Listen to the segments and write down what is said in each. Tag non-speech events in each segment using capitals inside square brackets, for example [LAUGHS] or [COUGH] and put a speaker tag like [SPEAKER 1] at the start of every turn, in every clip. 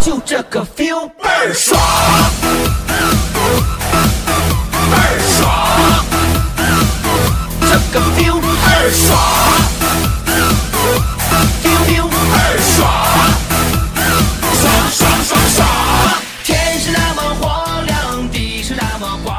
[SPEAKER 1] 就这个 feel 倍儿爽，倍儿爽，这个 feel 倍儿爽，feel feel 倍儿爽，爽爽爽爽，天是那么荒凉，地是那么广。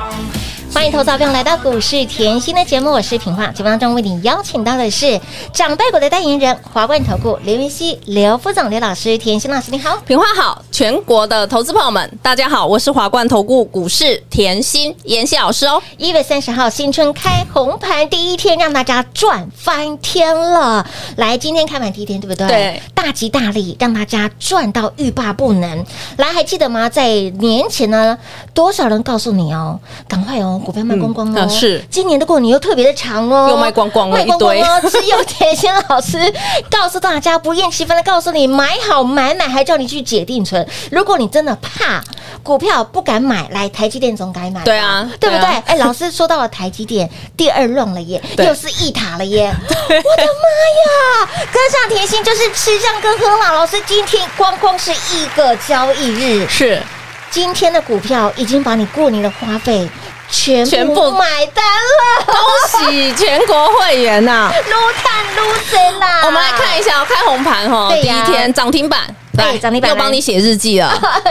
[SPEAKER 2] 欢迎投资者朋友来到股市甜心的节目，我是平化。节目当中为你邀请到的是长辈股的代言人华冠投顾刘云熙、刘副总、刘老师、甜心老师，你好。
[SPEAKER 3] 平花好，全国的投资朋友们，大家好，我是华冠投顾股市甜心妍希老师哦。
[SPEAKER 2] 一月三十号新春开红盘第一天，让大家赚翻天了。来，今天开盘第一天，对不对？
[SPEAKER 3] 对，
[SPEAKER 2] 大吉大利，让大家赚到欲罢不能。来，还记得吗？在年前呢，多少人告诉你哦，赶快哦，股票卖光光哦。
[SPEAKER 3] 嗯啊是
[SPEAKER 2] 今年的过年又特别的长哦，
[SPEAKER 3] 又卖光光了
[SPEAKER 2] 卖光光
[SPEAKER 3] 一堆
[SPEAKER 2] 哦。只有甜心老师告诉大家，不厌其烦的告诉你，买好买满，还叫你去解定存。如果你真的怕股票不敢买，来台积电总该买吧。
[SPEAKER 3] 对啊
[SPEAKER 2] 对不对？
[SPEAKER 3] 对
[SPEAKER 2] 哎
[SPEAKER 3] 啊、
[SPEAKER 2] 老师说到了台积电第二浪了耶，
[SPEAKER 3] 对
[SPEAKER 2] 又是一塔了
[SPEAKER 3] [LAUGHS]
[SPEAKER 2] 耶！我的妈呀，跟上甜心就是吃上跟喝嘛。老师今天光光是一个交易日，
[SPEAKER 3] 是，
[SPEAKER 2] 今天的股票已经把你过年的花费全
[SPEAKER 3] 全
[SPEAKER 2] 部
[SPEAKER 3] 部
[SPEAKER 2] 买单了，
[SPEAKER 3] 恭喜全国会员
[SPEAKER 2] [LAUGHS]
[SPEAKER 3] 呐、
[SPEAKER 2] 撸碳撸谁啦？
[SPEAKER 3] 我们来看一下、哦，开红盘哦，
[SPEAKER 2] 对
[SPEAKER 3] 第
[SPEAKER 2] 呀
[SPEAKER 3] 一天涨停板，
[SPEAKER 2] 对
[SPEAKER 3] 来
[SPEAKER 2] 涨停板
[SPEAKER 3] 又帮
[SPEAKER 2] 来
[SPEAKER 3] 你写日
[SPEAKER 2] [LAUGHS]
[SPEAKER 3] 记了。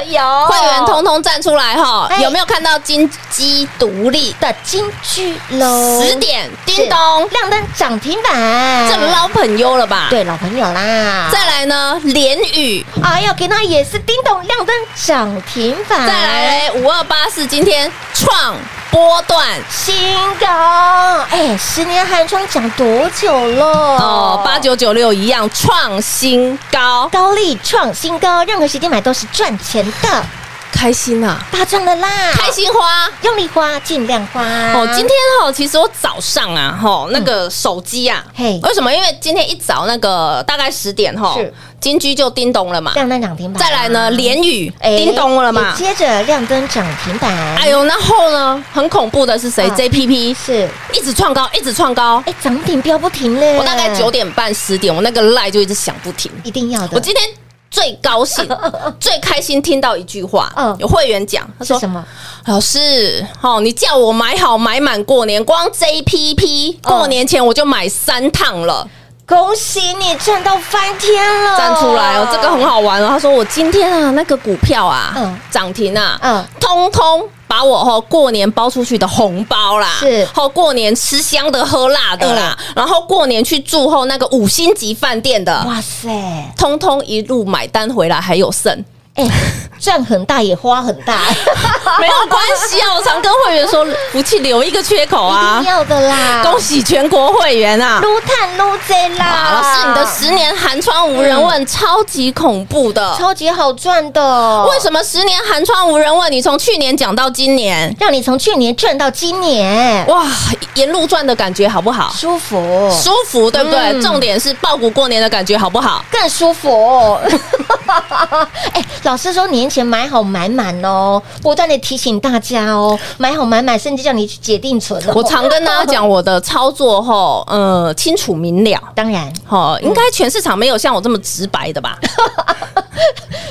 [SPEAKER 2] 有
[SPEAKER 3] 会员通通站出来哈、
[SPEAKER 2] 哎
[SPEAKER 3] 有没有看到金鸡独立
[SPEAKER 2] 的金居楼
[SPEAKER 3] 十点
[SPEAKER 2] 哦是
[SPEAKER 3] 叮咚，
[SPEAKER 2] 亮灯涨停板，
[SPEAKER 3] 这老朋友了吧？，
[SPEAKER 2] 对老朋友啦，
[SPEAKER 3] 再来呢，联宇，
[SPEAKER 2] 哎呦，给他也是叮咚亮灯涨停板，
[SPEAKER 3] 再来嘞，五二八四今天创波段
[SPEAKER 2] 新高，哎，十年寒窗讲多久了？
[SPEAKER 3] 哦，八九九六一样创新高，
[SPEAKER 2] 高利创新高，任何时间买都是赚钱的，
[SPEAKER 3] 开心啊，
[SPEAKER 2] 大赚了啦！
[SPEAKER 3] 开，心花。
[SPEAKER 2] 用力花，尽量花。
[SPEAKER 3] 哦，今天哦，其实我早上啊，哈，那个手机啊，
[SPEAKER 2] 嘿
[SPEAKER 3] 为什么？因为今天一早那个大概十点哈
[SPEAKER 2] 是，
[SPEAKER 3] 金居就叮咚了嘛，
[SPEAKER 2] 亮灯涨停板，
[SPEAKER 3] 再来呢，联宇
[SPEAKER 2] 哎
[SPEAKER 3] 叮咚了嘛
[SPEAKER 2] 也，接着亮灯涨停板，
[SPEAKER 3] 哎呦，然后呢，很恐怖的是谁
[SPEAKER 2] 啊
[SPEAKER 3] ？JPP
[SPEAKER 2] 是，
[SPEAKER 3] 一直创高，一直创高，
[SPEAKER 2] 哎，涨停标不停嘞，
[SPEAKER 3] 我大概九点半十点，我那个赖就一直响不停，
[SPEAKER 2] 一定要的，
[SPEAKER 3] 我今天。最高 [LAUGHS] 兴、最开心听到一句话，
[SPEAKER 2] 嗯
[SPEAKER 3] 有会员讲，他
[SPEAKER 2] 是
[SPEAKER 3] 说
[SPEAKER 2] 什么？
[SPEAKER 3] 老师，哦，你叫我买好买满过年，光 JPP
[SPEAKER 2] 哦
[SPEAKER 3] 过年前我就买三趟了，
[SPEAKER 2] 恭喜你赚到翻天了，
[SPEAKER 3] 站出来哦，这个很好玩哦。他说我今天啊那个股票啊
[SPEAKER 2] 嗯
[SPEAKER 3] 涨停啊，
[SPEAKER 2] 嗯
[SPEAKER 3] 通通把我哦过年包出去的红包啦，
[SPEAKER 2] 是嗯
[SPEAKER 3] 哦过年吃香的喝辣的啦，然后过年去住后那个五星级饭店的，
[SPEAKER 2] 哇塞！
[SPEAKER 3] 通通一路买单回来还有
[SPEAKER 2] [LAUGHS]
[SPEAKER 3] 剩。
[SPEAKER 2] 哎，赚很大也花很大，
[SPEAKER 3] [LAUGHS] 没有关系啊，我常跟会员说，福气留一个缺口
[SPEAKER 2] [LAUGHS]
[SPEAKER 3] 啊
[SPEAKER 2] 一定。要的啦。
[SPEAKER 3] 恭喜全国会员啊！
[SPEAKER 2] 撸碳撸贼啦！
[SPEAKER 3] 哇，老师，你的十年寒窗无人问，超级恐怖的。
[SPEAKER 2] 超级好赚的，
[SPEAKER 3] 为什么十年寒窗无人问？你从去年讲到今年，
[SPEAKER 2] 让你从去年赚到今年？
[SPEAKER 3] 哇，沿路转的感觉好不好？
[SPEAKER 2] 舒服，
[SPEAKER 3] 舒服，对不
[SPEAKER 2] 嗯
[SPEAKER 3] 对？重点是爆股过年的感觉好不好？
[SPEAKER 2] 更舒服。 [LAUGHS] 哎，老师说年前买好买满哦，不断的提醒大家哦，买好买满，甚至叫你去解定存哦。
[SPEAKER 3] 我常跟大家
[SPEAKER 2] [LAUGHS]
[SPEAKER 3] 讲我的操作后，呃，清楚明了。
[SPEAKER 2] 当然，
[SPEAKER 3] 好，应该全市场没有像我这么直白的吧？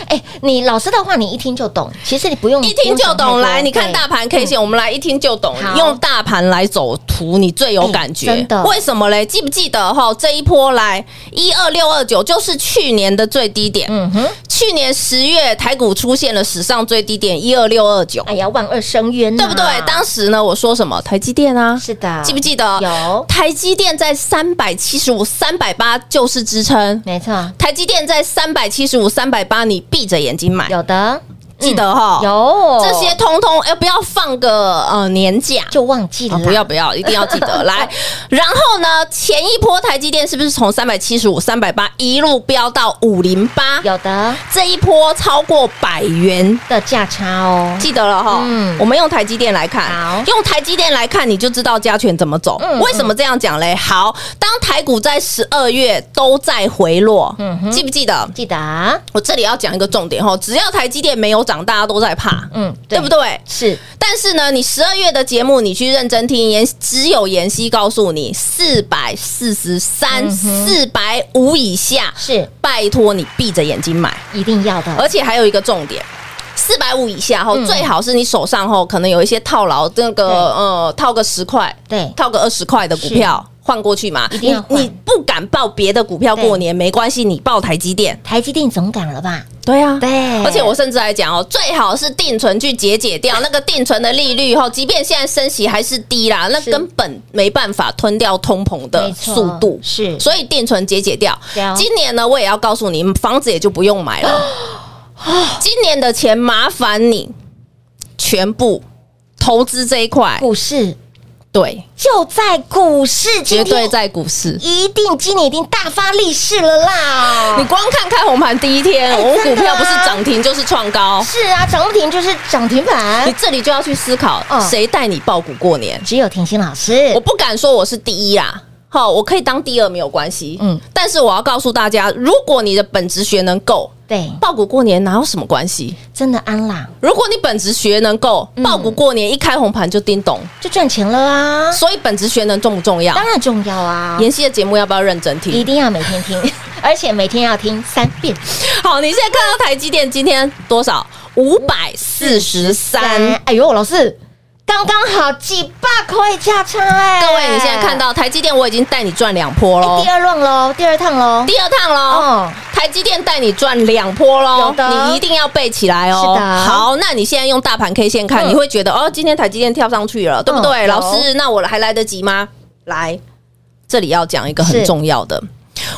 [SPEAKER 2] 哎，你老师的话你一听就懂，其实你不用
[SPEAKER 3] 一
[SPEAKER 2] 嗯
[SPEAKER 3] 听就
[SPEAKER 2] 不用想太多
[SPEAKER 3] 懂。来，你看
[SPEAKER 2] 对嗯
[SPEAKER 3] 大盘 K 线，我们来一听就懂
[SPEAKER 2] 好。
[SPEAKER 3] 用大盘来走图，你最有感觉。
[SPEAKER 2] 哎真的
[SPEAKER 3] 为什么嘞？记不记得哈？这一波来一二六二九，就是去年的最低点。
[SPEAKER 2] 嗯哼，
[SPEAKER 3] 去年十月台股出现了史上最低点一二六二九，
[SPEAKER 2] 哎呀，万恶深渊呐，
[SPEAKER 3] 对不对？当时呢，我说什么？台积电啊。
[SPEAKER 2] 是的，
[SPEAKER 3] 记不记得？
[SPEAKER 2] 有
[SPEAKER 3] 台积电在三百七十五、三百八就是支撑。
[SPEAKER 2] 没错，
[SPEAKER 3] 台积电在三百七十五、三百八，你闭着眼睛买。
[SPEAKER 2] 有的，嗯
[SPEAKER 3] 记得哈、
[SPEAKER 2] 有
[SPEAKER 3] 哦这些通通哎要不要放个呃年假？
[SPEAKER 2] 哦就忘记了
[SPEAKER 3] 啊
[SPEAKER 2] 啦，
[SPEAKER 3] 不要不要，一定要记
[SPEAKER 2] [LAUGHS]
[SPEAKER 3] 得来。然后呢，前一波台积电是不是从三百七十五、三百八一路飙到五零八？
[SPEAKER 2] 有的
[SPEAKER 3] 这一波超过百元，
[SPEAKER 2] 的价差哦，
[SPEAKER 3] 记得了哈。
[SPEAKER 2] 嗯
[SPEAKER 3] 我们用台积电来看
[SPEAKER 2] 好，
[SPEAKER 3] 用台积电来看，你就知道加权怎么走。
[SPEAKER 2] 嗯
[SPEAKER 3] 为什么这样讲嘞？好，当台股在十二月都在回落，
[SPEAKER 2] 嗯哼
[SPEAKER 3] 记不记得？
[SPEAKER 2] 记得啊，
[SPEAKER 3] 我这里要讲一个重点哈，只要台积电没有涨，大家都在怕，
[SPEAKER 2] 嗯，
[SPEAKER 3] 对不？对？
[SPEAKER 2] 是
[SPEAKER 3] 但是呢，你十二月的节目，你去认真听，妍只有妍希告诉你，四百四十
[SPEAKER 2] 嗯
[SPEAKER 3] 三、四百五以下，
[SPEAKER 2] 是，
[SPEAKER 3] 拜托你闭着眼睛买。
[SPEAKER 2] 一定要的，
[SPEAKER 3] 而且还有一个重点。四百五以下后，
[SPEAKER 2] 嗯
[SPEAKER 3] 最好是你手上后可能有一些套牢，这个
[SPEAKER 2] 对
[SPEAKER 3] 呃套个十块，
[SPEAKER 2] 对
[SPEAKER 3] 套个二十块的股票换过去嘛。
[SPEAKER 2] 一定要
[SPEAKER 3] 你
[SPEAKER 2] 换
[SPEAKER 3] 你不敢报别的股票过年没关系，你报台积电。
[SPEAKER 2] 台积电总敢了吧？
[SPEAKER 3] 对啊，
[SPEAKER 2] 对
[SPEAKER 3] 而且我甚至还讲哦，最好是定存去解解掉那个定存的利率后，即便现在升息还是低啦，那
[SPEAKER 2] 是
[SPEAKER 3] 根本没办法吞掉通膨的
[SPEAKER 2] 没错啊
[SPEAKER 3] 速度，
[SPEAKER 2] 是
[SPEAKER 3] 所以定存解解掉
[SPEAKER 2] 了。
[SPEAKER 3] 今年呢，我也要告诉你，房子也就不用买
[SPEAKER 2] [SIGHS]
[SPEAKER 3] 了。今年的钱麻烦你全部投资这一块，
[SPEAKER 2] 股市
[SPEAKER 3] 对，
[SPEAKER 2] 就在股市，今
[SPEAKER 3] 绝对
[SPEAKER 2] 天
[SPEAKER 3] 在股市。
[SPEAKER 2] 一定今年一定大发利市了啦！
[SPEAKER 3] 你光看开红盘第一
[SPEAKER 2] [LAUGHS]
[SPEAKER 3] 天，
[SPEAKER 2] 哎
[SPEAKER 3] 我们
[SPEAKER 2] 真的
[SPEAKER 3] 股票不是
[SPEAKER 2] 啊
[SPEAKER 3] 涨停就是创高，
[SPEAKER 2] 是啊，涨不停就是涨停
[SPEAKER 3] 你
[SPEAKER 2] 板，
[SPEAKER 3] 这里就要去思考
[SPEAKER 2] 哎嗯
[SPEAKER 3] 谁带你爆股过年。
[SPEAKER 2] 只有甜心老师
[SPEAKER 3] 我不敢说我是第一啦。好，我可以当第二没有关系，
[SPEAKER 2] 嗯
[SPEAKER 3] 嗯，但是我要告诉大家，如果你的本职学能够，
[SPEAKER 2] 对，
[SPEAKER 3] 爆股过年哪有什么关系？
[SPEAKER 2] 真的安啦，
[SPEAKER 3] 如果你本职学能够，
[SPEAKER 2] 嗯
[SPEAKER 3] 爆股过年一开红盘就叮咚，
[SPEAKER 2] 就赚钱了啊，
[SPEAKER 3] 所以本职学能重不重要？
[SPEAKER 2] 当然重要啊，
[SPEAKER 3] 妍希的节目要不要认真
[SPEAKER 2] 一
[SPEAKER 3] 听？
[SPEAKER 2] 定要每天
[SPEAKER 3] [LAUGHS]
[SPEAKER 2] 听，而且每天要听三遍。
[SPEAKER 3] 好，你现在看到台积电今天多少？五百四十三。，
[SPEAKER 2] 哎呦，老师刚刚好几百块价差哎，
[SPEAKER 3] 各位，你现在看到台积电，我已经带你赚两波
[SPEAKER 2] 哎
[SPEAKER 3] 喽
[SPEAKER 2] 第，二 round 喽，第二趟喽，
[SPEAKER 3] 第二趟喽。
[SPEAKER 2] 哦，
[SPEAKER 3] 台积电带你赚两波
[SPEAKER 2] 有
[SPEAKER 3] 喽，
[SPEAKER 2] 的
[SPEAKER 3] 你一定要背起来哦。
[SPEAKER 2] 是的
[SPEAKER 3] 好，那你现在用大盘 K 线看，
[SPEAKER 2] 嗯
[SPEAKER 3] 你会觉得哦，今天台积电跳上去了，对不对？
[SPEAKER 2] 有
[SPEAKER 3] 老师，那我还来得及吗？来，这里要讲一个很
[SPEAKER 2] 是
[SPEAKER 3] 重要的。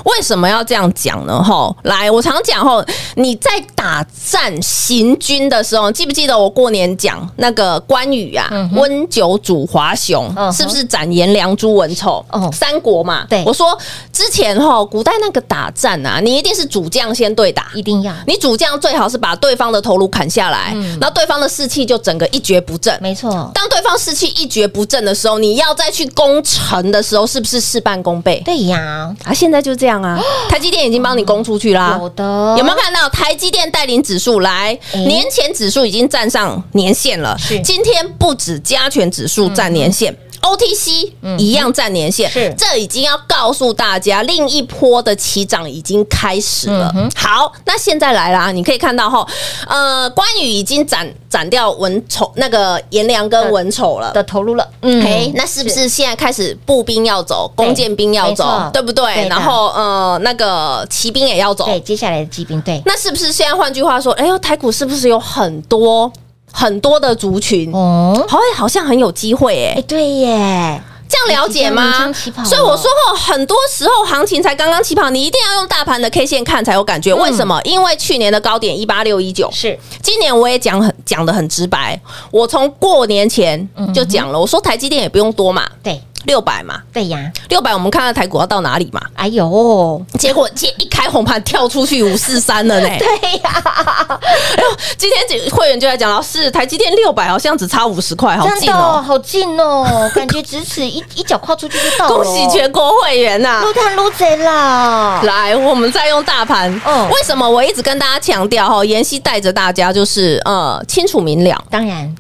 [SPEAKER 3] 为什么要这样讲呢？吼，来，我常讲吼，你在打战行军的时候，记不记得我过年讲那个关羽啊，
[SPEAKER 2] 嗯哼
[SPEAKER 3] 温酒煮华雄，
[SPEAKER 2] 嗯哼
[SPEAKER 3] 是不是斩颜良、诛文丑？
[SPEAKER 2] 哦
[SPEAKER 3] 三国嘛。
[SPEAKER 2] 对
[SPEAKER 3] 我说之前吼，古代那个打战啊，你一定是主将先对打，
[SPEAKER 2] 一定要，
[SPEAKER 3] 你主将最好是把对方的头颅砍下来，
[SPEAKER 2] 嗯
[SPEAKER 3] 然后对方的士气就整个一蹶不振。
[SPEAKER 2] 没错，
[SPEAKER 3] 当对方士气一蹶不振的时候，你要再去攻城的时候，是不是事半功倍？
[SPEAKER 2] 对呀，
[SPEAKER 3] 啊，现在就这样啊，台积电已经帮你攻出去
[SPEAKER 2] 哦
[SPEAKER 3] 啦、
[SPEAKER 2] 嗯有的
[SPEAKER 3] 有没有看到台积电带领指数来？
[SPEAKER 2] 诶
[SPEAKER 3] 年前指数已经站上年线了
[SPEAKER 2] 是，嗯
[SPEAKER 3] 今天不止加权指数站年线。OTC 一样站年线，
[SPEAKER 2] 是
[SPEAKER 3] 这已经要告诉大家，另一波的起涨已经开始了。
[SPEAKER 2] 嗯
[SPEAKER 3] 好，那现在来啦，你可以看到哈，呃，关羽已经斩斩掉文丑那个颜良跟文丑了，
[SPEAKER 2] 的投入了，
[SPEAKER 3] 嗯，
[SPEAKER 2] 哎
[SPEAKER 3] 那是不是现在开始步兵要走，
[SPEAKER 2] 对
[SPEAKER 3] 弓箭兵要
[SPEAKER 2] 没
[SPEAKER 3] 走
[SPEAKER 2] 错，
[SPEAKER 3] 对不对？
[SPEAKER 2] 对的
[SPEAKER 3] 然后呃，那个骑兵也要走，
[SPEAKER 2] 对，接下来的疾病，对，
[SPEAKER 3] 那是不是现在换句话说，哎呦，台股是不是有很多很多的族群？
[SPEAKER 2] 哦，
[SPEAKER 3] 好，好像很有机会哎、
[SPEAKER 2] 哎，对耶，
[SPEAKER 3] 这样了解
[SPEAKER 2] 哎即将
[SPEAKER 3] 吗？
[SPEAKER 2] 鸣枪起跑了
[SPEAKER 3] 所以我说哦，很多时候行情才刚刚起跑，你一定要用大盘的 K 线看才有感觉。为什么？因为去年的高点一八六一九，
[SPEAKER 2] 嗯是
[SPEAKER 3] 今年我也讲很讲的很直白，我从过年前
[SPEAKER 2] 嗯
[SPEAKER 3] 就讲了，我说台积电也不用多嘛，
[SPEAKER 2] 对，
[SPEAKER 3] 六百嘛，
[SPEAKER 2] 对呀，
[SPEAKER 3] 六百我们看看台股要到哪里嘛。
[SPEAKER 2] 哎呦，
[SPEAKER 3] 结果今一开红盘跳出去五四三了
[SPEAKER 2] [LAUGHS]
[SPEAKER 3] 呢。哎
[SPEAKER 2] 对呀，
[SPEAKER 3] 今天会员就在讲，老师，台积电六百好像只差五十块，好
[SPEAKER 2] 真
[SPEAKER 3] 近
[SPEAKER 2] 的哦
[SPEAKER 3] 哦！
[SPEAKER 2] 好近 [LAUGHS] 哦，感觉咫尺一一脚跨出去就到了，
[SPEAKER 3] 恭喜全国会员呐、
[SPEAKER 2] 撸碳撸贼啦，
[SPEAKER 3] 来，我们再用大盘。
[SPEAKER 2] 嗯
[SPEAKER 3] 为什么我一直跟大家强调哈？妍希带着大家就是呃清楚明了。
[SPEAKER 2] 当然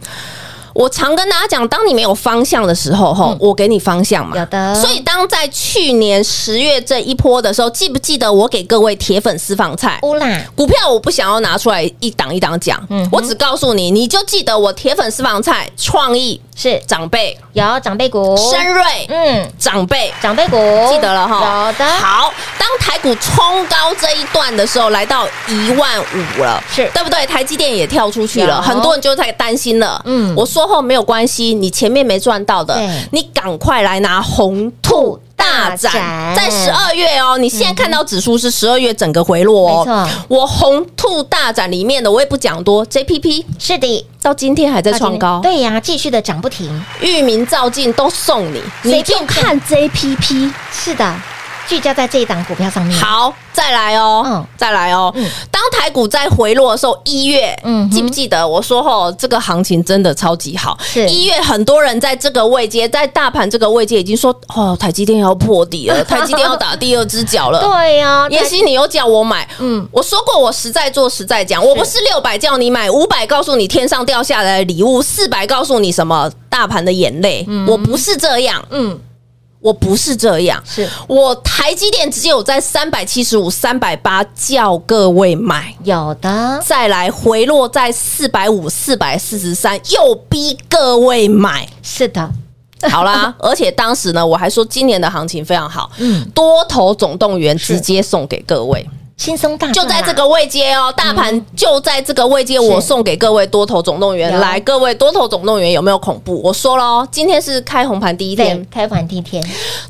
[SPEAKER 3] 我常跟大家讲，当你没有方向的时候哈，我给你方向嘛。
[SPEAKER 2] 嗯有的，
[SPEAKER 3] 所以当在去年十月这一波的时候，记不记得我给各位铁粉私房菜？
[SPEAKER 2] 乌啦，
[SPEAKER 3] 股票我不想要拿出来一档一档讲，
[SPEAKER 2] 嗯哼
[SPEAKER 3] 我只告诉你，你就记得我铁粉私房菜、创意、
[SPEAKER 2] 是
[SPEAKER 3] 长辈、
[SPEAKER 2] 有长辈股，
[SPEAKER 3] 深瑞、
[SPEAKER 2] 嗯，
[SPEAKER 3] 长辈。
[SPEAKER 2] 长辈股
[SPEAKER 3] 记得了哈，
[SPEAKER 2] 有的，
[SPEAKER 3] 好，当台股冲高这一段的时候，来到一万五了，
[SPEAKER 2] 是
[SPEAKER 3] 对不对？台积电也跳出去了，
[SPEAKER 2] 有
[SPEAKER 3] 很多人就在担心了。
[SPEAKER 2] 嗯
[SPEAKER 3] 嗯，我说后没有关系，你前面没赚到的
[SPEAKER 2] 对，
[SPEAKER 3] 你赶快来拿红兔。大
[SPEAKER 2] 大展嗯
[SPEAKER 3] 展，在十二月哦。你现在看到指数是十二月整个回落
[SPEAKER 2] 没
[SPEAKER 3] 哦。我红兔大展里面的我也不讲多，JPP
[SPEAKER 2] 是的，
[SPEAKER 3] 到今天还在创高，
[SPEAKER 2] 对呀、继续的涨不停，
[SPEAKER 3] 域名照进都送你，你就
[SPEAKER 2] 随便
[SPEAKER 3] 看 JPP。
[SPEAKER 2] 是的，聚焦在这一档股票上面。
[SPEAKER 3] 好，再来哦，
[SPEAKER 2] 嗯
[SPEAKER 3] 再来哦。当台股在回落的时候，一月，
[SPEAKER 2] 嗯哼
[SPEAKER 3] 记不记得我说吼，这个行情真的超级好。
[SPEAKER 2] 是
[SPEAKER 3] 一月很多人在这个位阶，在大盘这个位阶已经说，哦，台积电要破底
[SPEAKER 2] [LAUGHS]
[SPEAKER 3] 了，台积电要打第二只脚了。
[SPEAKER 2] 对呀、
[SPEAKER 3] 也许你有叫我买，
[SPEAKER 2] 嗯
[SPEAKER 3] 嗯，我说过我实在做实在讲，我不是六百叫你买，五百告诉你天上掉下来的礼物，四百告诉你什么大盘的眼泪，我不是这样，
[SPEAKER 2] 嗯，
[SPEAKER 3] 我不是这样，
[SPEAKER 2] 是
[SPEAKER 3] 我台积电直接有在三百七十五、三百八叫各位买，
[SPEAKER 2] 有的，
[SPEAKER 3] 再来回落在四百五、四百四十三，又逼各位买。
[SPEAKER 2] 是的，
[SPEAKER 3] 好
[SPEAKER 2] [LAUGHS]
[SPEAKER 3] 啦，而且当时呢，我还说今年的行情非常好，
[SPEAKER 2] 嗯
[SPEAKER 3] 多头总动员直接送给各位，
[SPEAKER 2] 轻松大赚
[SPEAKER 3] 就
[SPEAKER 2] 啦
[SPEAKER 3] 在这个位阶
[SPEAKER 2] 嗯
[SPEAKER 3] 哦，大盘就在这个位阶，我送给各位多头总动员
[SPEAKER 2] 有
[SPEAKER 3] 来，各位多头总动员有没有恐怖？我说喽，今天是开红盘第一天
[SPEAKER 2] 对，开盘第一天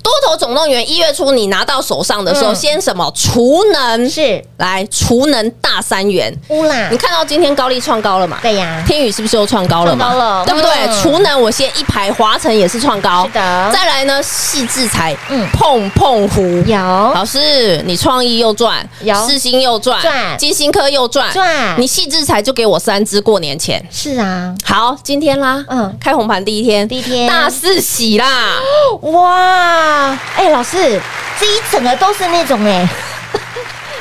[SPEAKER 3] 多头总动员一月初你拿到手上的时候，
[SPEAKER 2] 嗯
[SPEAKER 3] 先什么储能
[SPEAKER 2] 是
[SPEAKER 3] 来储能大三元，
[SPEAKER 2] 乌啦
[SPEAKER 3] 你，看到今天高利创高了嘛？
[SPEAKER 2] 对呀、
[SPEAKER 3] 天宇是不是又创高了嘛？
[SPEAKER 2] 创高了
[SPEAKER 3] 对不对
[SPEAKER 2] 嗯？
[SPEAKER 3] 储能我先一排，华晨也是创高，
[SPEAKER 2] 是的
[SPEAKER 3] 再来呢，细制裁，
[SPEAKER 2] 嗯
[SPEAKER 3] 嗯，碰碰胡。
[SPEAKER 2] 有
[SPEAKER 3] 老师，你创意又赚，
[SPEAKER 2] 有
[SPEAKER 3] 世新又赚，
[SPEAKER 2] 赚
[SPEAKER 3] 金星科又赚，
[SPEAKER 2] 赚
[SPEAKER 3] 你细制裁就给我三只过年前。
[SPEAKER 2] 是啊，
[SPEAKER 3] 好，今天啦，
[SPEAKER 2] 嗯
[SPEAKER 3] 嗯，开红盘第一天，
[SPEAKER 2] 第一天
[SPEAKER 3] 大四喜啦，
[SPEAKER 2] 哇，哎、老师，这一整个都是那种哎、 [LAUGHS]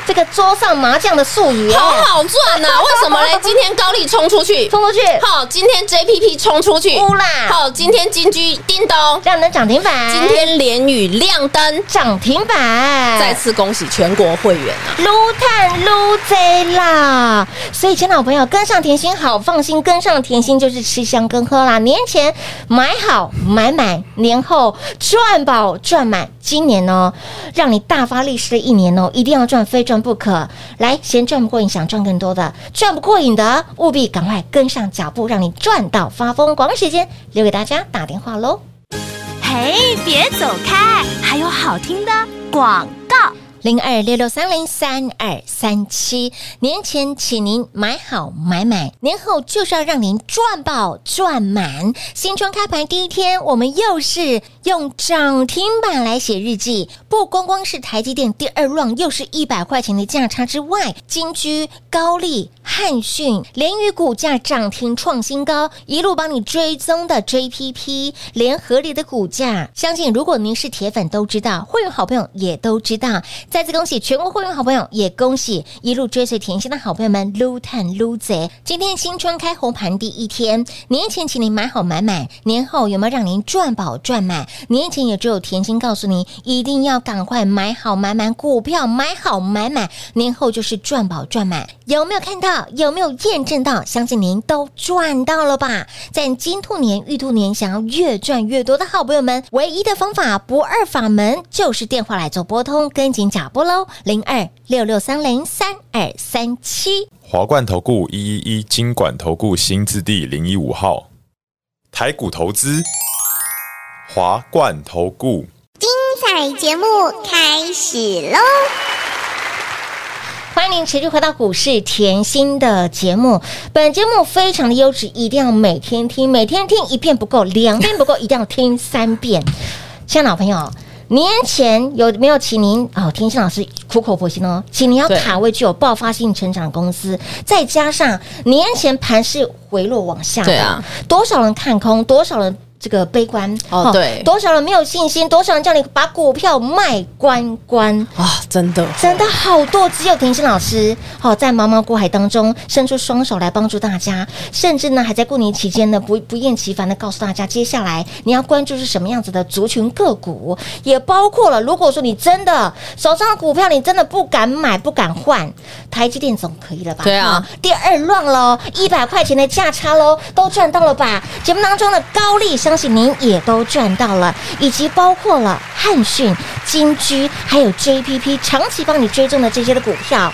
[SPEAKER 2] 这个桌上麻将的术语、
[SPEAKER 3] 好
[SPEAKER 2] 哎
[SPEAKER 3] 好赚呐、为什么嘞？今天高利冲出去，
[SPEAKER 2] 冲出去，
[SPEAKER 3] 好，今天 JPP 冲出去，
[SPEAKER 2] 乌啦
[SPEAKER 3] 好，今天金居叮咚，
[SPEAKER 2] 让人涨停板，
[SPEAKER 3] 今天联宇亮灯，
[SPEAKER 2] 涨停板，
[SPEAKER 3] 再次恭喜全国会员啊！
[SPEAKER 2] 撸探撸贼啦！所以，亲老朋友，跟上甜心好放心，跟上甜心就是吃香跟喝啦。年前买好买满，年后赚饱赚满。今年哦，让你大发利市的一年哦，一定要赚，非赚不可。来，嫌赚不过瘾，想赚更多的，赚不过瘾的，务必赶快跟上脚步，让你赚到发疯。广告时间留给大家打电话喽。
[SPEAKER 4] 嘿，别走开，还有好听的广告。
[SPEAKER 2] 零二六六三零三二三七。年前请您买好买满，年后就是要让您赚爆赚满。新春开盘第一天，我们又是用涨停板来写日记，不光光是台积电第二 round 又是一百块钱的价差之外，金居、高丽、汉讯、联宇股价涨停创新高，一路帮你追踪的 JPP 联合里的股价，相信如果您是铁粉都知道，会员好朋友也都知道。再次恭喜全国会员好朋友，也恭喜一路追随甜心的好朋友们撸探撸贼。今天新春开红盘第一天，年前请您买好买满，年后有没有让您赚饱赚满？年前也只有甜心告诉您，一定要赶快买好买满股票，买好买满，年后就是赚饱赚满。有没有看到？有没有验证到？相信您都赚到了吧？在金兔年、玉兔年，想要越赚越多的好朋友们，唯一的方法不二法门就是电话来做拨通，跟紧脚步喽，零二六六三零三二三七。
[SPEAKER 5] 华冠投顾一一一金管投顾新字第零一五号，台股投资，华冠投顾。
[SPEAKER 6] 彩节目开始喽！
[SPEAKER 2] 欢迎您持续回到股市甜心的节目，本节目非常的优质，一定要每天听，每天听一遍不够，两遍不够，一定要听三遍。亲爱的老朋友，年前有没有请您哦？甜心老师苦口婆心哦，请您要
[SPEAKER 3] 对
[SPEAKER 2] 卡位具有爆发性成长的公司，再加上年前盘势回落往下，
[SPEAKER 3] 对啊，
[SPEAKER 2] 多少人看空，多少人。这个悲观
[SPEAKER 3] 哦对
[SPEAKER 2] 多少人没有信心，多少人叫你把股票卖光光，
[SPEAKER 3] 啊，真的，
[SPEAKER 2] 真的好多，只有婷心老师好、在茫茫股海当中伸出双手来帮助大家，甚至呢还在过年期间呢不不厌其烦的告诉大家，接下来你要关注是什么样子的族群个股，也包括了如果说你真的手上的股票你真的不敢买不敢换，台积电总可以了吧？
[SPEAKER 3] 对啊
[SPEAKER 2] 哈，第二乱喽，一百块钱的价差喽，都赚到了吧？节目当中的高利，相信您也都赚到了，以及包括了汉讯、金居，还有 JPP 长期帮你追踪的这些的股票。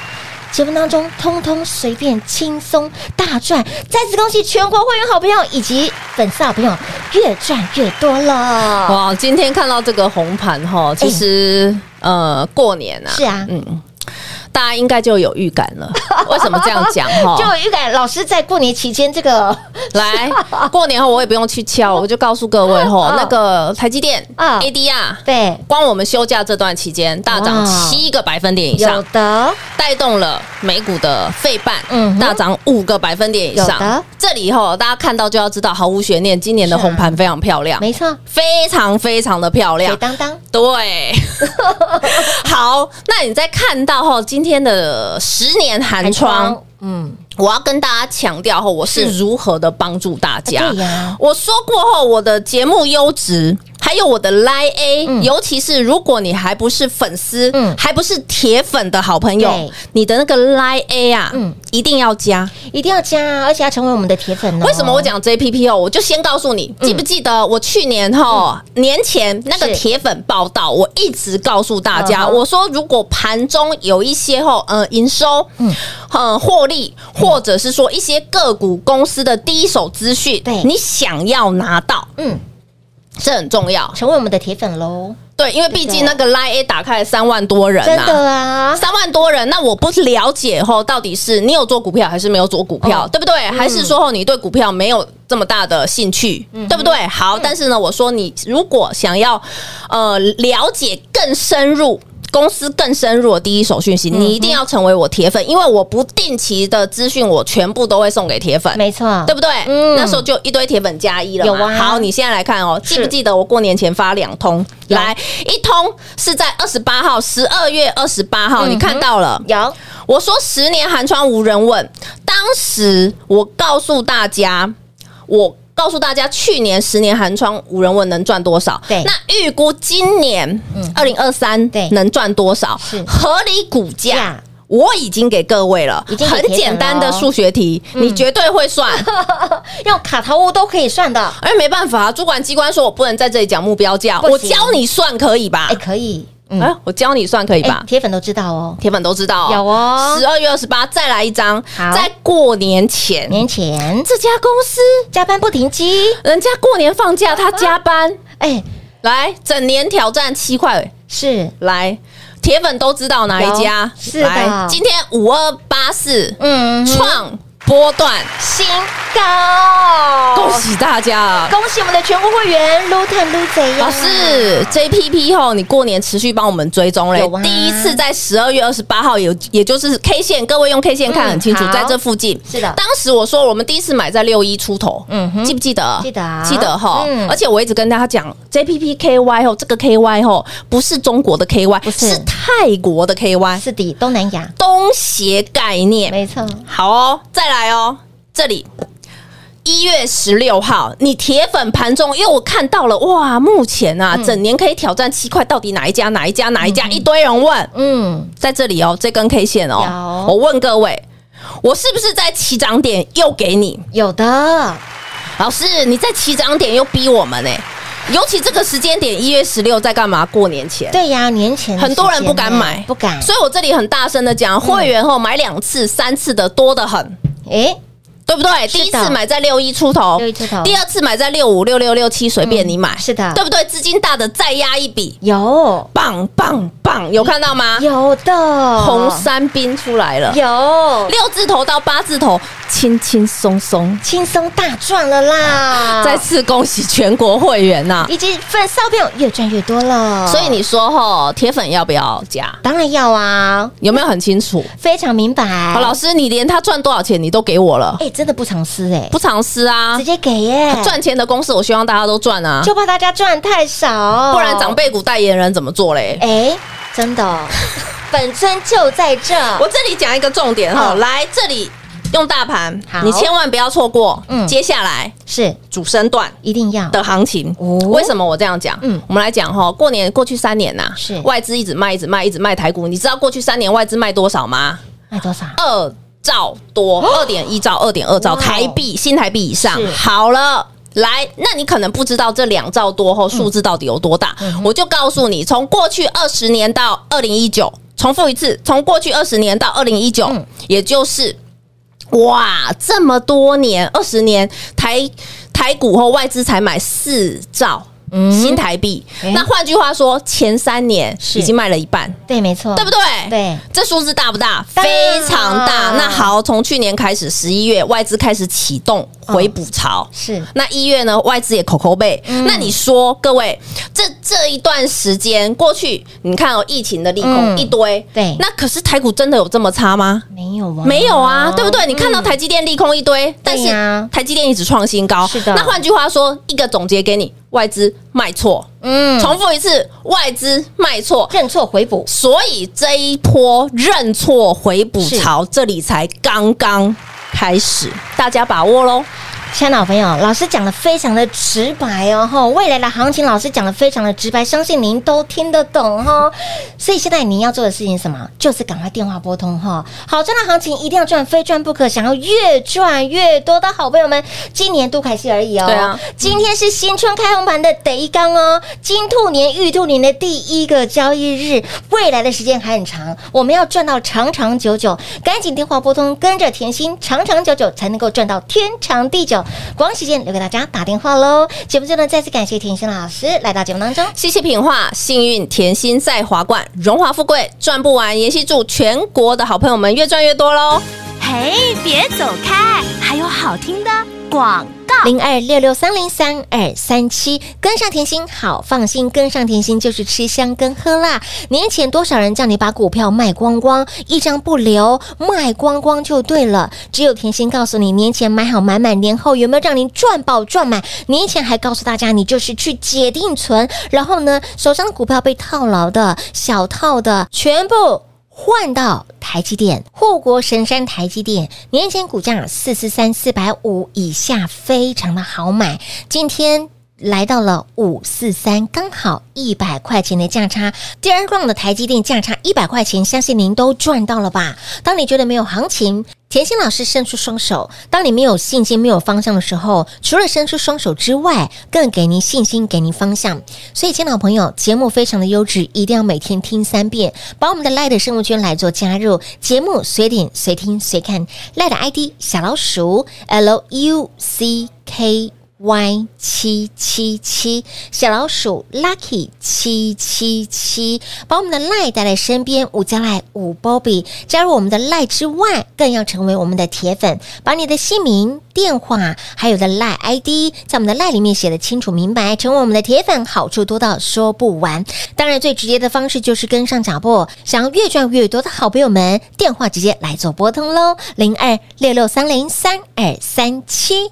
[SPEAKER 2] 节目当中通通随便轻松大赚。再次恭喜全国会员好朋友以及粉丝好朋友，越赚越多了。
[SPEAKER 3] 哇，今天看到这个红盘哈，其实、呃，过年啊，
[SPEAKER 2] 哎是啊
[SPEAKER 3] 嗯，大家应该就有预感
[SPEAKER 2] [LAUGHS]
[SPEAKER 3] 了。为什么这样讲哈？
[SPEAKER 2] 就有预感，老师在过年期间这个
[SPEAKER 3] 来过年后我也不用去敲，我就告诉各位哈
[SPEAKER 2] 嗯，
[SPEAKER 3] 那个台积电
[SPEAKER 2] 嗯
[SPEAKER 3] ADR。
[SPEAKER 2] 对
[SPEAKER 3] 光我们休假这段期间，大涨
[SPEAKER 2] 哇
[SPEAKER 3] 七个百分点以
[SPEAKER 2] 有
[SPEAKER 3] 上，
[SPEAKER 2] 的
[SPEAKER 3] 带动了美股的费半，
[SPEAKER 2] 嗯哼
[SPEAKER 3] 大涨五个百分点以
[SPEAKER 2] 有的
[SPEAKER 3] 上。这里以后大家看到就要知道，毫无悬念，今年的
[SPEAKER 2] 是啊
[SPEAKER 3] 红盘非常漂亮，
[SPEAKER 2] 没错，
[SPEAKER 3] 非常非常的漂
[SPEAKER 2] 水
[SPEAKER 3] 亮。
[SPEAKER 2] 当当 [LAUGHS]
[SPEAKER 3] 对，好，那你再看到哈今天的十年寒窗，，
[SPEAKER 2] 嗯，
[SPEAKER 3] 我要跟大家强调哈，我是如何的帮助大家
[SPEAKER 2] 哎对呀。
[SPEAKER 3] 我说过后，我的节目优质，还有我的 Line A，、
[SPEAKER 2] 嗯
[SPEAKER 3] 尤其是如果你还不是粉丝，
[SPEAKER 2] 嗯
[SPEAKER 3] 还不是铁粉的好朋友
[SPEAKER 2] 对，
[SPEAKER 3] 你的那个 Line A 啊，
[SPEAKER 2] 嗯
[SPEAKER 3] 一定要加。
[SPEAKER 2] 一定要加，啊而且要成为我们的铁粉哦。
[SPEAKER 3] 为什么我讲 JPP 哦？我就先告诉你，记不记得我去年哈、
[SPEAKER 2] 嗯
[SPEAKER 3] 年前那个
[SPEAKER 2] 是
[SPEAKER 3] 铁粉报道，我一直告诉大家，
[SPEAKER 2] 嗯哼
[SPEAKER 3] 我说如果盘中有一些哈呃营收，嗯，呃获利，或者是说一些个股公司的第一手资讯，
[SPEAKER 2] 对
[SPEAKER 3] 你想要拿到，
[SPEAKER 2] 嗯，
[SPEAKER 3] 这很重要。
[SPEAKER 2] 成为我们的铁粉喽？
[SPEAKER 3] 对，因为毕竟那个 Line A 打开了三万多人、啊，
[SPEAKER 2] 真的啊，
[SPEAKER 3] 三万多人，那我不了解后到底是你有做股票还是没有做股票，
[SPEAKER 2] 哦
[SPEAKER 3] 对不对？还是说后你对股票没有这么大的兴趣，
[SPEAKER 2] 嗯
[SPEAKER 3] 对不对？好，但是呢，我说你如果想要呃了解更深入。公司更深入的第一手讯
[SPEAKER 2] 嗯
[SPEAKER 3] 息，你一定要成为我铁粉，因为我不定期的资讯，我全部都会送给铁粉。
[SPEAKER 2] 没错，
[SPEAKER 3] 对不对？
[SPEAKER 2] 嗯
[SPEAKER 3] 那时候就一堆铁粉加一了嘛。
[SPEAKER 2] 有啊
[SPEAKER 3] 好，你现在来看哦，记不记得我过年前发两通？
[SPEAKER 2] 有
[SPEAKER 3] 来，一通是在二十八号，十二月二十八
[SPEAKER 2] 嗯
[SPEAKER 3] 号，你看到了。
[SPEAKER 2] 有
[SPEAKER 3] 我说十年寒窗无人问，当时我告诉大家，我。告诉大家，去年十年寒窗无人问能赚多少？
[SPEAKER 2] 对嗯
[SPEAKER 3] 那预估今年二零二三
[SPEAKER 2] 对
[SPEAKER 3] 能赚多少
[SPEAKER 2] 是？
[SPEAKER 3] 合理股价
[SPEAKER 2] 呀
[SPEAKER 3] 我已经给各位了
[SPEAKER 2] 已，经给
[SPEAKER 3] 很
[SPEAKER 2] 铁粉
[SPEAKER 3] 简单的
[SPEAKER 2] 了哦
[SPEAKER 3] 数学题，你绝对会算。
[SPEAKER 2] 用卡头屋都可以算的，
[SPEAKER 3] 而没办法、啊，主管机关说我不能在这里讲目标价，
[SPEAKER 2] 不行
[SPEAKER 3] 我教你算可以吧
[SPEAKER 2] 哎，？可以，嗯，
[SPEAKER 3] 哎，我教你算可以吧
[SPEAKER 2] 哎，？铁粉都知道哦，
[SPEAKER 3] 铁粉都知道、
[SPEAKER 2] 有哦
[SPEAKER 3] 十二月二十八再来一张，
[SPEAKER 2] 好
[SPEAKER 3] 在过年前，
[SPEAKER 2] 年前
[SPEAKER 3] 这家公司
[SPEAKER 2] 加班不停机，
[SPEAKER 3] 人家过年放假，他加班，
[SPEAKER 2] 哎，
[SPEAKER 3] 来整年挑战七块，
[SPEAKER 2] 是
[SPEAKER 3] 来铁粉都知道哪一家
[SPEAKER 2] 有？是的
[SPEAKER 3] 来今天五二八四，
[SPEAKER 2] 嗯
[SPEAKER 3] 创波段，
[SPEAKER 2] 新高，
[SPEAKER 3] 恭喜大家啊！
[SPEAKER 2] 恭喜我们的全国会员撸探撸贼呀，
[SPEAKER 3] [LAUGHS] 老师，JPP 后你过年持续帮我们追踪嘞
[SPEAKER 2] 有啊，
[SPEAKER 3] 第一次在十二月二十八号有，也就是 K 线，各位用 K 线看很清楚
[SPEAKER 2] 嗯好，
[SPEAKER 3] 在这附近。
[SPEAKER 2] 是的
[SPEAKER 3] 当时我说我们第一次买在六一出头，
[SPEAKER 2] 嗯
[SPEAKER 3] 嗯
[SPEAKER 2] 哼
[SPEAKER 3] 记不记得？
[SPEAKER 2] 记得啊
[SPEAKER 3] 记得哈
[SPEAKER 2] 嗯。
[SPEAKER 3] 而且我一直跟大家讲，JPP KY 后这个 KY 后不是中国的 KY，
[SPEAKER 2] 是
[SPEAKER 3] 是泰国的 KY，
[SPEAKER 2] 是的，东南亚，
[SPEAKER 3] 东协概念。
[SPEAKER 2] 没错，
[SPEAKER 3] 好哦，再来哦，这里。一月十六号，你铁粉盘中，因为我看到了，哇，目前
[SPEAKER 2] 嗯
[SPEAKER 3] 啊，整年可以挑战七块，到底哪一家？哪一家？哪一家？一堆人问，
[SPEAKER 2] 嗯，
[SPEAKER 3] 在这里哦，这根 K 线哦，
[SPEAKER 2] 有
[SPEAKER 3] 我问各位，我是不是在起涨点又给你？
[SPEAKER 2] 有的，
[SPEAKER 3] 老师，你在起涨点又逼我们呢、欸尤其这个时间点，一月十六在干嘛？过年前。
[SPEAKER 2] 对呀，年前的
[SPEAKER 3] 很多人
[SPEAKER 2] 时间
[SPEAKER 3] 不敢
[SPEAKER 2] 呢
[SPEAKER 3] 买，
[SPEAKER 2] 不敢，嗯
[SPEAKER 3] 所以我这里很大声的讲，会员后买两次、三次的多得很，
[SPEAKER 2] 哎，
[SPEAKER 3] 对不对？
[SPEAKER 2] 是
[SPEAKER 3] 第
[SPEAKER 2] 的
[SPEAKER 3] 一次买在六一出头，
[SPEAKER 2] 六一出头嗯
[SPEAKER 3] 第二次买在六五六六六七，随便你买，
[SPEAKER 2] 是的
[SPEAKER 3] 对不对？资金大的再压一笔，
[SPEAKER 2] 有
[SPEAKER 3] 棒棒棒，有看到吗？
[SPEAKER 2] 有的，
[SPEAKER 3] 红三兵出来了，
[SPEAKER 2] 有
[SPEAKER 3] 六字头到八字头，轻轻松松。
[SPEAKER 2] 轻松大赚了啦，
[SPEAKER 3] 再次恭喜全国会员呐、
[SPEAKER 2] 以及粉丝好朋友越赚越多了，
[SPEAKER 3] 所以你说吼，铁粉要不要加？
[SPEAKER 2] 当然要啊，
[SPEAKER 3] 有没有很清楚？
[SPEAKER 2] 非常明白。
[SPEAKER 3] 好，老师，你连他赚多少钱你都给我了，
[SPEAKER 2] 哎，真的不藏私哎，
[SPEAKER 3] 不藏私啊
[SPEAKER 2] 直！接给耶，
[SPEAKER 3] 赚钱的公司，我希望大家都赚啊，
[SPEAKER 2] 就怕大家赚太少，
[SPEAKER 3] 不然长辈股代言人怎么做嘞？
[SPEAKER 2] 哎，真的
[SPEAKER 3] [LAUGHS]
[SPEAKER 2] 哦，本尊就在这，
[SPEAKER 3] 我这里讲一个重点哈，
[SPEAKER 2] 嗯
[SPEAKER 3] 来这里用大盘
[SPEAKER 2] 好，
[SPEAKER 3] 你千万不要错过。
[SPEAKER 2] 嗯
[SPEAKER 3] 接下来
[SPEAKER 2] 是
[SPEAKER 3] 主升段
[SPEAKER 2] 一定要
[SPEAKER 3] 的行情
[SPEAKER 2] 哦，
[SPEAKER 3] 为什么我这样讲？
[SPEAKER 2] 嗯
[SPEAKER 3] 嗯，我们来讲哈，过年过去三年呐
[SPEAKER 2] 是，
[SPEAKER 3] 外资一直卖，一直卖，一直卖台股，你知道过去三年外资卖多少吗？
[SPEAKER 2] 卖多少？
[SPEAKER 3] 二兆多，二点一兆、二点二兆
[SPEAKER 2] 哦哇哦
[SPEAKER 3] 台币，新台币以上
[SPEAKER 2] 是。
[SPEAKER 3] 好了。来，那你可能不知道这两
[SPEAKER 2] 嗯
[SPEAKER 3] 兆多后数字到底有多大，我就告诉你，从过去二十年到二零一九，重复一次，从过去二十年到二零一九
[SPEAKER 2] 嗯，
[SPEAKER 3] 也就是哇，这么多年，二十年台台股后外资才买四兆。新台币，
[SPEAKER 2] 嗯诶
[SPEAKER 3] 那换句话说，前三年
[SPEAKER 2] 是
[SPEAKER 3] 已经卖了一半，
[SPEAKER 2] 对，没错，
[SPEAKER 3] 对不对？
[SPEAKER 2] 对，
[SPEAKER 3] 这数字大不大？
[SPEAKER 2] 大
[SPEAKER 3] 非常大。那好，从去年开始，十一月外资开始启动回补潮，
[SPEAKER 2] 是
[SPEAKER 3] 那一月呢，外资也口口背。
[SPEAKER 2] 嗯
[SPEAKER 3] 那你说，各位，这这一段时间过去，你看哦，疫情的利
[SPEAKER 2] 嗯
[SPEAKER 3] 空一堆，
[SPEAKER 2] 对
[SPEAKER 3] 那可是台股真的有这么差吗？
[SPEAKER 2] 没有啊，
[SPEAKER 3] 没有啊，对不对？你看到台积电利空一堆，但是
[SPEAKER 2] 嗯对呀
[SPEAKER 3] 台积电一直创新高。
[SPEAKER 2] 是的
[SPEAKER 3] 那换句话说，一个总结给你，外资卖错，
[SPEAKER 2] 嗯，
[SPEAKER 3] 重复一次，外资卖错。
[SPEAKER 2] 认错回补，
[SPEAKER 3] 所以这一波认错回补潮，这里才刚刚开始，大家把握喽。
[SPEAKER 2] 亲爱的好朋友，老师讲的非常的直白哦，吼，未来的行情老师讲的非常的直白，相信您都听得懂哦。所以现在您要做的事情是什么？就是赶快电话拨通哈、好赚的行情一定要赚，非赚不可。想要越赚越多的好朋友们，今年度开始而已哦。
[SPEAKER 3] 对啊，
[SPEAKER 2] 今天是新春开红盘的第一刚哦，金兔年、玉兔年的第一个交易日，未来的时间还很长，我们要赚到长长久久，赶紧电话拨通，跟着甜心长长久久才能够赚到天长地久。光时间留给大家打电话喽。节目最后呢，再次感谢甜心老师来到节目当中。
[SPEAKER 3] 谢谢品画，幸运甜心在华冠，荣华富贵赚不完。妍希祝全国的好朋友们越赚越多喽！
[SPEAKER 4] 嘿，别走开，还有好听的广告。
[SPEAKER 2] 零二六六三零三二三七，跟上甜心好放心，跟上甜心就是吃香跟喝辣。年前多少人叫你把股票卖光光，一张不留，卖光光就对了。只有甜心告诉你，年前买好买满，年后有没有让您赚饱赚满？年前还告诉大家，你就是去解定存，然后呢，手上的股票被套牢的、小套的，全部。换到台积电，护国神山台积电，年前股价四四三四百五以下，非常的好买。今天。来到了五四三，刚好一百块钱的价差。第二 round 的台积电价差一百块钱，相信您都赚到了吧？当你觉得没有行情，甜心老师伸出双手；当你没有信心、没有方向的时候，除了伸出双手之外，更给您信心，给您方向。所以，亲爱的朋友，节目非常的优质，一定要每天听三遍，把我们的 Light 生物圈来做加入，节目随点随听随看，Light ID 小老鼠 L U C K。Y 七七七小老鼠 Lucky 七七七，把我们的 Lie 带在身边，五加赖五 Bobby 加入我们的 Lie 之外，更要成为我们的铁粉，把你的姓名、电话，还有的 Lie ID，在我们的 Lie 里面写的清楚明白，成为我们的铁粉，好处多到说不完。当然，最直接的方式就是跟上脚步，想要越赚越多的好朋友们，电话直接来做拨通喽，零二六六三零三二三七。